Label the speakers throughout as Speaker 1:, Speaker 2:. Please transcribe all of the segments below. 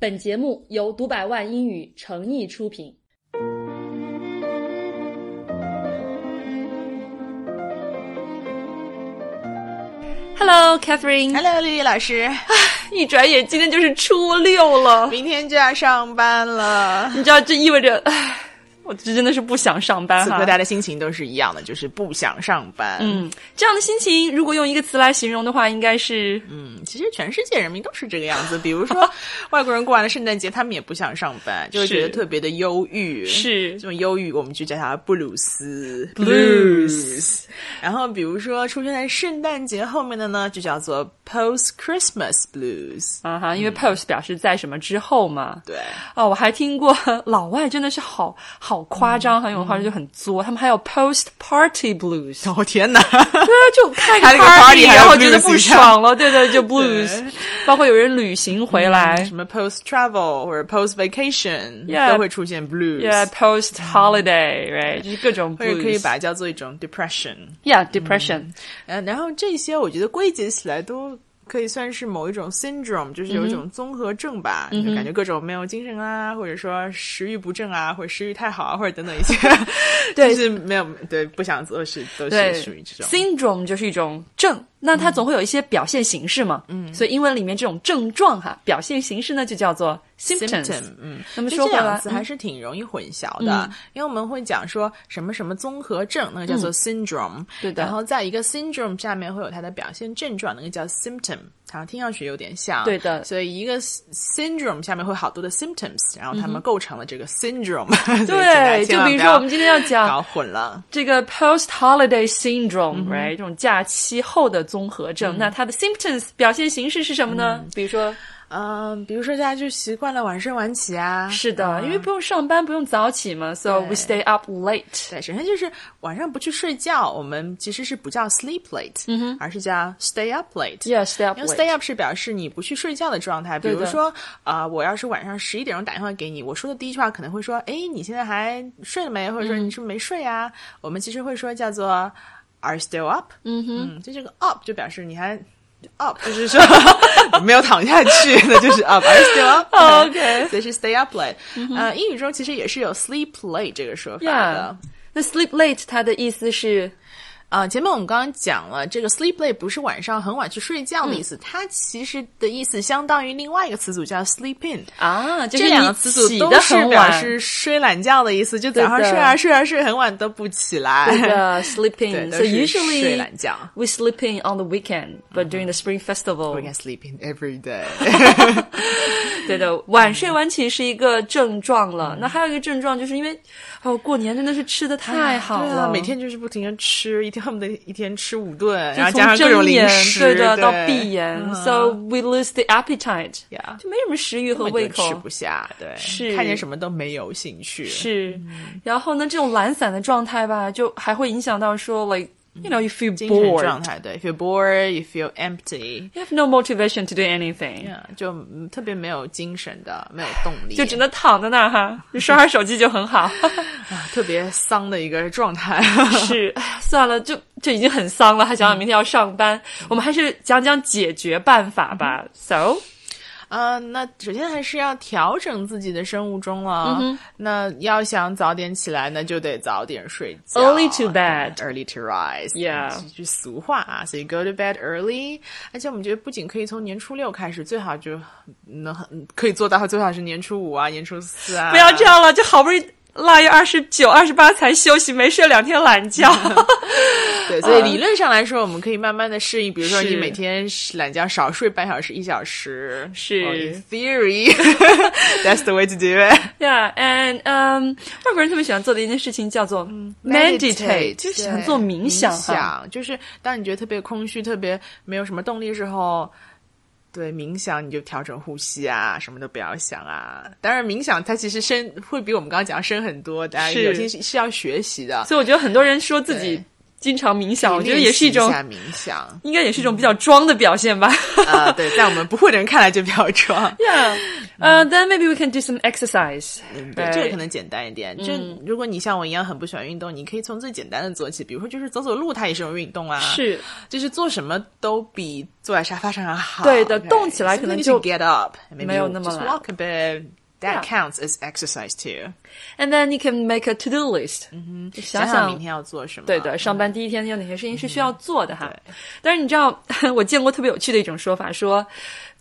Speaker 1: 本节目由读百万英语诚意出品。Hello, Catherine。
Speaker 2: Hello，丽丽老 师，
Speaker 1: 哎一转眼今天就是初六了，
Speaker 2: 明天就要上班了。
Speaker 1: 你知道这意味着，唉，我这真的是不想上班
Speaker 2: 此刻
Speaker 1: 哈
Speaker 2: 大。家的心情都是一样的，就是不想上班。
Speaker 1: 嗯，这样的心情，如果用一个词来形容的话，应该是
Speaker 2: 嗯，其实全世界人民都是这个样子。比如 说，外国人过完了圣诞节，他们也不想上班，就会觉得特别的忧郁。
Speaker 1: 是
Speaker 2: 这种忧郁，我们就叫它布鲁斯
Speaker 1: Blues
Speaker 2: 然后，比如说出现在圣诞节后面的呢，就叫做 post Christmas blues。
Speaker 1: 啊哈，因为 post 表示在什么之后嘛。
Speaker 2: 对，
Speaker 1: 哦，我还听过老外真的是好好夸张，很有话
Speaker 2: 嗯
Speaker 1: 就很作，他们还有 post party blues，
Speaker 2: 哦天哪！
Speaker 1: 对啊， 就看
Speaker 2: 开了个 party，还要
Speaker 1: 然后觉得
Speaker 2: blues
Speaker 1: 不
Speaker 2: 一下
Speaker 1: 爽了，对 对，就 blues，包括有人旅行回来
Speaker 2: 什么 post travel 或者 post vacation
Speaker 1: Yeah
Speaker 2: 都会出现 blues。
Speaker 1: ，yeah，post holiday，right，就是各种
Speaker 2: 或者
Speaker 1: blues，
Speaker 2: 嗯可以把它叫做一种 depression。
Speaker 1: yeah，depression，
Speaker 2: 嗯，然后这些我觉得归结起来都可以算是某一种 syndrome，就是
Speaker 1: 嗯
Speaker 2: 有一种综合症吧，就感觉各种没有精神啊，或者说食欲不振啊，或者食欲太好啊，或者等等一些，
Speaker 1: 对
Speaker 2: 就是没有对不想做事都
Speaker 1: 对
Speaker 2: 是属于这种。嗯
Speaker 1: ，syndrome 就是一种症，那它总会有一些表现形式嘛，嗯，所以英文里面这种症状哈，表现形式呢就叫做 symptoms，
Speaker 2: symptom，嗯，
Speaker 1: 那么
Speaker 2: 就
Speaker 1: 说
Speaker 2: 这
Speaker 1: 回
Speaker 2: 两
Speaker 1: 来
Speaker 2: 个，词还是挺容易混淆的，
Speaker 1: 嗯
Speaker 2: 因为我们会讲说什么什么综合症，那个叫做 syndrome，、
Speaker 1: 嗯对的
Speaker 2: 然后在一个 syndrome 下面会有它的表现症状，那个叫 symptom，好像听上去有点像，
Speaker 1: 对的
Speaker 2: 所以一个 syndrome 下面会有好多的 symptoms，然后它们构成了这个 syndrome，、所以 请大家
Speaker 1: 嗯对，
Speaker 2: 千
Speaker 1: 就
Speaker 2: 万
Speaker 1: 比如
Speaker 2: 不
Speaker 1: 说
Speaker 2: 要
Speaker 1: 我们今天要 讲
Speaker 2: 搞混了，
Speaker 1: 这个 post holiday syndrome，right，、这种假期后的综合症，那它的 symptoms 表现形式是什么呢？比如说，
Speaker 2: 嗯、比如说大家就习惯了晚睡晚起啊，
Speaker 1: 是的，因为不用上班，不用早起嘛，so we
Speaker 2: 对
Speaker 1: stay up late。
Speaker 2: 对，首先就是晚上不去睡觉，我们其实是不叫 sleep late，、而
Speaker 1: 嗯
Speaker 2: 是叫 stay up late。
Speaker 1: Yeah, stay up
Speaker 2: 因为
Speaker 1: late.
Speaker 2: stay up 是表示你不去睡觉的状态。比
Speaker 1: 对的
Speaker 2: 如说，啊、我要是晚上十一点钟打电话给你，我说的第一句话可能会说，哎，你现在还睡了没？或者说
Speaker 1: 嗯
Speaker 2: 你是不是没睡啊？我们其实会说叫做 are you still up。嗯哼，就这个 up 就表示你还 up，就是 说没有躺下去，那就是 up，are you still up？
Speaker 1: 哦 OK 嗯
Speaker 2: 所以是 stay up late。呃，英语中其实也是有 sleep late 这个说法
Speaker 1: Yeah，
Speaker 2: 的。
Speaker 1: 那 sleep late 它的意思是
Speaker 2: 啊，前面我们刚刚讲了，这个 sleep late 不是晚上很晚去睡觉的
Speaker 1: 嗯
Speaker 2: 意思，它其实的意思相当于另外一个词组叫 sleep in。
Speaker 1: 啊，就是
Speaker 2: 这两个词组
Speaker 1: 你起
Speaker 2: 都
Speaker 1: 得
Speaker 2: 是
Speaker 1: 很
Speaker 2: 表
Speaker 1: 晚。
Speaker 2: 示睡懒觉的意思，就早上
Speaker 1: 对的
Speaker 2: 睡啊睡啊睡，很晚都不起来。
Speaker 1: Uh, sleeping.
Speaker 2: 对，都
Speaker 1: So
Speaker 2: 是
Speaker 1: usually
Speaker 2: 睡懒觉
Speaker 1: we sleeping on the weekend, but during the spring festival,
Speaker 2: We can sleep in every day
Speaker 1: 对的，晚睡晚起是一个症状
Speaker 2: 嗯
Speaker 1: 了。那还有一个症状，就是因为哦，过年真的是吃的太好
Speaker 2: 对
Speaker 1: 了，
Speaker 2: 啊每天就是不停的吃，一天恨不得一天吃五顿，然
Speaker 1: 就
Speaker 2: 后加
Speaker 1: 从
Speaker 2: 上各种
Speaker 1: 睁
Speaker 2: 零
Speaker 1: 眼
Speaker 2: 食，
Speaker 1: 对
Speaker 2: 对
Speaker 1: 的
Speaker 2: 嗯
Speaker 1: 到闭眼、s o we lose the appetite，、
Speaker 2: Yeah
Speaker 1: 就没什么食欲和
Speaker 2: 根本
Speaker 1: 胃
Speaker 2: 就吃
Speaker 1: 口
Speaker 2: 不。下，对，
Speaker 1: 是
Speaker 2: 看见什么都没有兴趣，
Speaker 1: 是，
Speaker 2: 嗯
Speaker 1: 然后呢，这种懒散的状态吧，就还会影响到说，like you know you feel
Speaker 2: 嗯精神状
Speaker 1: bored，you
Speaker 2: 态，对，if you're bored, you feel empty。
Speaker 1: have no motivation to do anything，、
Speaker 2: 嗯，就嗯特别没有精神的，没有动力，
Speaker 1: 就只能躺在那儿哈，就刷刷手机就很好。
Speaker 2: 特别丧的一个状态。
Speaker 1: 是，哎呀，算了，就就已经很丧了，还想想明天要上班，我们还是讲讲解决办法吧。So，
Speaker 2: 嗯、那首先还是要调整自己的生物钟了。
Speaker 1: 嗯
Speaker 2: 那要想早点起来呢，就得早点睡觉。
Speaker 1: Early to bed
Speaker 2: early to rise。
Speaker 1: Yeah
Speaker 2: 这句俗话啊，所以 go to bed early。而且我们觉得不仅可以从年初六开始，最好就能很可以做到，最好是年初五啊，年初四啊。
Speaker 1: 不要这样了，就好不容易腊月二十九、二十八才休息，没睡两天懒觉。
Speaker 2: 嗯对，所以理论上来说，我们可以慢慢的适应，比如说
Speaker 1: 嗯
Speaker 2: 你
Speaker 1: 是
Speaker 2: 每天懒觉少睡半小时、一小时，
Speaker 1: 是
Speaker 2: Well, in theory that's the way to do it。
Speaker 1: Yeah，and 嗯、外国人特别喜欢做的一件事情叫做 meditate，就是喜欢做冥想
Speaker 2: 嗯冥
Speaker 1: 哈。
Speaker 2: 想就是当你觉得特别空虚、特别没有什么动力的时候。对冥想，你就调整呼吸啊，什么都不要想啊。当然，冥想它其实深会比我们刚刚讲的深很多，当然
Speaker 1: 是
Speaker 2: 有些是是要学习的。
Speaker 1: 所以我觉得很多人说自己
Speaker 2: 对
Speaker 1: 经常冥想，我觉得也是一种
Speaker 2: 可以练习一下冥想。
Speaker 1: 应该也是一种比较装的表现吧。
Speaker 2: 呃，对，在我们不会的人看来就比较装。
Speaker 1: yeah. Uh, then maybe we can do some exercise.
Speaker 2: 嗯对，这个可能简单一点。就
Speaker 1: 嗯
Speaker 2: 如果你像我一样很不喜欢运动，你可以从最简单的做起，比如说就是走走路，它也是种运动啊。，
Speaker 1: 是
Speaker 2: 就是做什么都比坐在沙发上要好。
Speaker 1: 对的
Speaker 2: OK？
Speaker 1: 动起来
Speaker 2: So
Speaker 1: 可能
Speaker 2: then you
Speaker 1: 就
Speaker 2: should get up，maybe
Speaker 1: 没有那么
Speaker 2: just
Speaker 1: 懒
Speaker 2: walk a bit。That
Speaker 1: Yeah.
Speaker 2: counts as exercise too。
Speaker 1: ，and then you can make a to do list，、嗯、想啊
Speaker 2: 想明天要做什么。
Speaker 1: 对的，上班第一天有哪些事情是需要做的哈？但是你知道， 我见过特别有趣的一种说法，说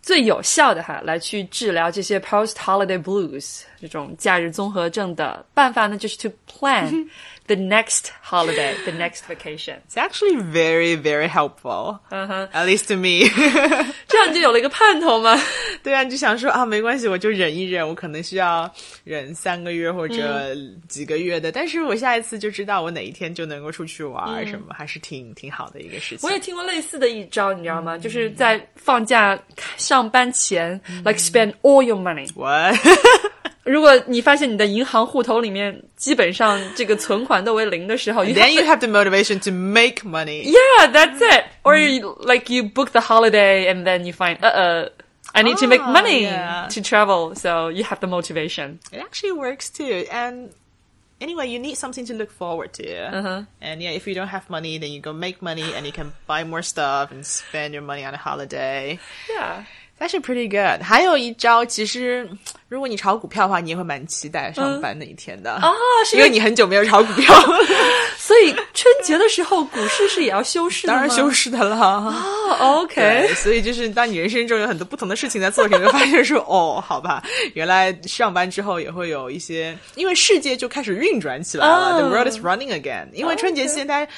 Speaker 1: 最有效的哈来去治疗这些 post holiday blues 这种假日综合症的办法呢，就是 to plan the next holiday, the next vacation。
Speaker 2: It's actually very, very helpful.
Speaker 1: 嗯哼，
Speaker 2: At least to me.
Speaker 1: 这样你就有了一个盼头 嘛。
Speaker 2: 对啊，你就想说啊，没关系，我就忍一忍，我可能需要忍三个月或者
Speaker 1: 嗯
Speaker 2: 几个月的，但是我下一次就知道我哪一天就能够出去玩儿什么，还是挺挺好的一个事情
Speaker 1: 嗯我。也听过类似的一招，你知道吗？就是在放假上班前、l i k e spend all your money。
Speaker 2: 我
Speaker 1: 如果你发现你的银行户头里面基本上这个存款都为零的时候 you
Speaker 2: then Mm.
Speaker 1: have
Speaker 2: you have the motivation to make money.
Speaker 1: Yeah, that's it. Or you, like you book the holiday and then you find, uh, uh I need to make
Speaker 2: Ah,
Speaker 1: money
Speaker 2: yeah.
Speaker 1: to travel. So you have the motivation.
Speaker 2: It actually works too. And anyway, you need something to look forward to.
Speaker 1: Uh-huh.
Speaker 2: And yeah, if you don't have money, then you go make money and you can buy more stuff and spend your money on a holiday.
Speaker 1: Yeah.
Speaker 2: That's pretty good。还有一招，其实嗯如果你炒股票的话，你也会蛮期待
Speaker 1: 嗯
Speaker 2: 上班那一天的
Speaker 1: 啊是因
Speaker 2: 因
Speaker 1: 为
Speaker 2: 为你很久没有炒股 票了，
Speaker 1: 所以春节的时候，股市是也要休市的
Speaker 2: 当然休
Speaker 1: 市。
Speaker 2: 市的啦。
Speaker 1: 哦、o k
Speaker 2: 对，所以就是当你人生中有很多不同的事情在做的时候，你会发现说，哦，好吧，原来上班之后也会有一些，因为世界就开始运转起来了、
Speaker 1: 哦
Speaker 2: t h e world is running again。因为春节期间，大家，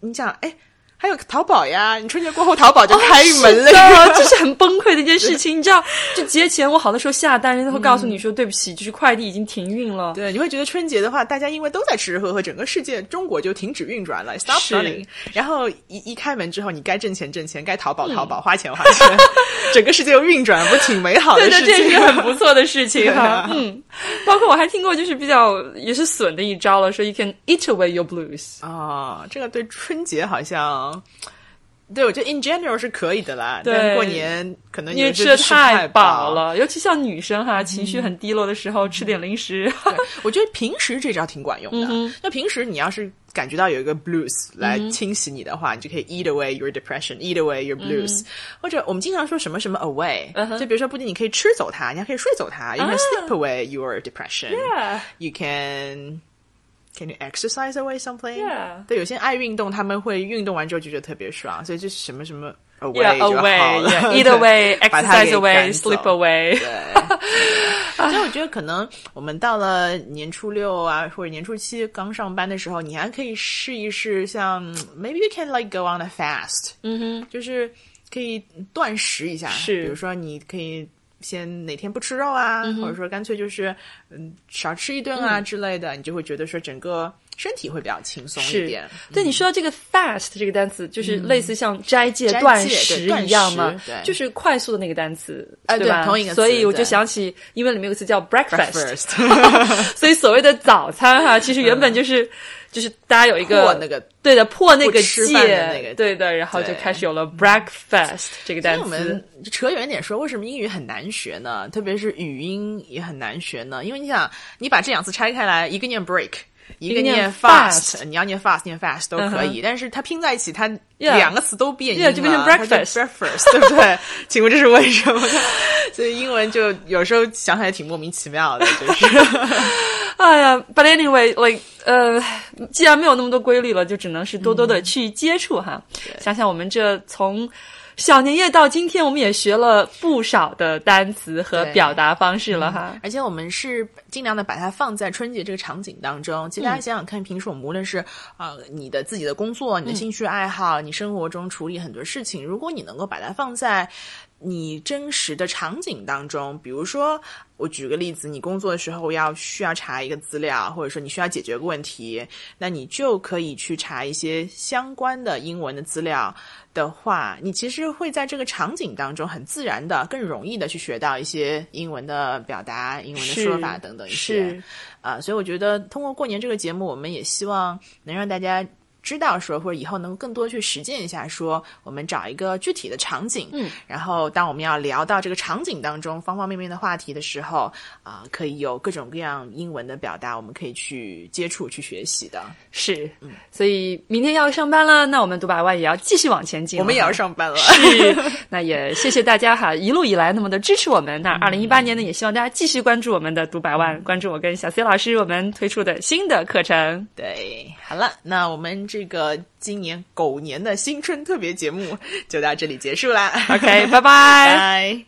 Speaker 2: 你想，哎，还有淘宝呀，你春节过后淘宝就开门了。
Speaker 1: 哦是的这是很崩溃的一件事情。你知道，就节前我好多时候下单，人家会告诉你
Speaker 2: Mm.
Speaker 1: 说、对不起，就是快递已经停运了。
Speaker 2: 对，你会觉得春节的话，大家因为都在吃吃喝喝，整个世界中国就停止运转了，stop
Speaker 1: 是
Speaker 2: running。然后一一开门之后，你该挣钱挣钱，该淘
Speaker 1: 嗯
Speaker 2: 宝淘宝，花钱花 钱，整个世界又运转，不挺美好的
Speaker 1: 对
Speaker 2: 事
Speaker 1: 对，
Speaker 2: 情？
Speaker 1: 这也是很不错的事情哈。
Speaker 2: 啊
Speaker 1: 嗯，包括我还听过，就是比较也是损的一招了，说 you can eat away your blues。
Speaker 2: 哦，这个对春节好像。对，我觉得 in general 是可以的啦，
Speaker 1: 对
Speaker 2: 但过年可能
Speaker 1: 因为
Speaker 2: 嗯有
Speaker 1: 吃
Speaker 2: 些
Speaker 1: 的
Speaker 2: 吃太
Speaker 1: 饱
Speaker 2: 饱。
Speaker 1: 了，尤其像女生哈，情绪很低落的时候吃点零食，
Speaker 2: 我觉得平时这招挺管
Speaker 1: 嗯
Speaker 2: 用的。那平时你要是感觉到有一个 blues 来侵袭你的话，你就可以 eat away your depression，eat away your
Speaker 1: 嗯
Speaker 2: blues、或者我们经常说什么什么 away，、就比如说不仅你可以吃走它，你还可以睡走它。You can sleep away your depression.、
Speaker 1: 啊 Yeah.
Speaker 2: You can. Can you exercise away something?
Speaker 1: Yeah.
Speaker 2: 对，有些爱运动，他们会运动完之后就觉得特别爽，所以就是什么什么 away
Speaker 1: Yeah,
Speaker 2: 就好
Speaker 1: away,
Speaker 2: 了
Speaker 1: yeah,
Speaker 2: 对
Speaker 1: eat away,
Speaker 2: 把它给
Speaker 1: exercise away,
Speaker 2: 赶走
Speaker 1: sleep away.
Speaker 2: 所以我觉得可能我们到了年初六啊，或者年初七刚上班的时候，你还可以试一试像，maybe you can like go on a fast，嗯哼，就是可以断食一下，
Speaker 1: 是
Speaker 2: 比如说你可以。先哪天不吃肉啊，或者说干脆就是嗯少吃一顿啊之类的，你就会觉得说整个身体会比较轻松一点。
Speaker 1: 对你说到这个 fast 这个单词，就是类似像斋戒、
Speaker 2: 斋戒
Speaker 1: 断
Speaker 2: 对
Speaker 1: 食
Speaker 2: 断
Speaker 1: 一样嘛
Speaker 2: 食嗯对，
Speaker 1: 就是快速的那个单词，
Speaker 2: 哎对
Speaker 1: 吧？
Speaker 2: 同一个词
Speaker 1: 所以我
Speaker 2: 对
Speaker 1: 就想起英文里面有个词叫 breakfast，
Speaker 2: Breakfast
Speaker 1: 所以所谓的早餐哈，其实原本就是就是大家有一
Speaker 2: 嗯 破
Speaker 1: 个
Speaker 2: 那个
Speaker 1: 对的破那个
Speaker 2: 不吃饭的那
Speaker 1: 戒
Speaker 2: 个，
Speaker 1: 对的，然后就
Speaker 2: 对
Speaker 1: 开始有了 breakfast 这个单
Speaker 2: 那我
Speaker 1: 词。
Speaker 2: 们扯远点说，为什么英语很难学呢？特别是语音也很难学呢？因为你想，你把这两次拆开来，一个念 break，一
Speaker 1: 个
Speaker 2: 个
Speaker 1: 念
Speaker 2: 念
Speaker 1: fast 嗯
Speaker 2: fast，你要念 fast 念 fast 都可以，但是它拼在一起，它
Speaker 1: Yeah
Speaker 2: 两个词都变音了
Speaker 1: Yeah，就变成
Speaker 2: 它就
Speaker 1: breakfast
Speaker 2: breakfast，对不对？请问这是为什么 呢？所以英文就有时候想起来挺莫名其妙的，就是。
Speaker 1: 哎呀，but anyway，like，呃，既然没有那么多规律了，就只能是多多
Speaker 2: 嗯
Speaker 1: 的去接触哈。想想我们这从小年夜到今天，我们也学了不少的单词和
Speaker 2: 对
Speaker 1: 表达方式了哈。
Speaker 2: 而且我们是尽量的把它放在春节这个场景当中。其实大家想想看，平时我们无论是啊、呃你的自己的工作、你的兴趣爱好、你生活中处理很多事情，如果你能够把它放在你真实的场景当中，比如说，我举个例子，你工作的时候要需要查一个资料，或者说你需要解决个问题，那你就可以去查一些相关的英文的资料的话，你其实会在这个场景当中很自然的、更容易的去学到一些英文的表达、英文的
Speaker 1: 是
Speaker 2: 说法等等一些
Speaker 1: 是。
Speaker 2: 啊、所以我觉得通过过年这个节目，我们也希望能让大家知道说，或者以后能更多去实践一下说，我们找一个具体的场景，
Speaker 1: 嗯，
Speaker 2: 然后当我们要聊到这个场景当中方方面面的话题的时候，啊、可以有各种各样英文的表达，我们可以去接触、去学习的。
Speaker 1: 是，
Speaker 2: 嗯
Speaker 1: 所以明天要上班了，那我们读百万也要继续往前进了哈。
Speaker 2: 我们也要上班了，
Speaker 1: 是， 那也谢谢大家哈，一路以来那么的支持我们。那二零一八年呢，也希望大家继续关注我们的读百万，关注我跟小 C 老师我们推出的新的课程。
Speaker 2: 对，好了，那我们这个今年狗年的新春特别节目就到这里结束啦，
Speaker 1: OK，拜拜。
Speaker 2: 拜。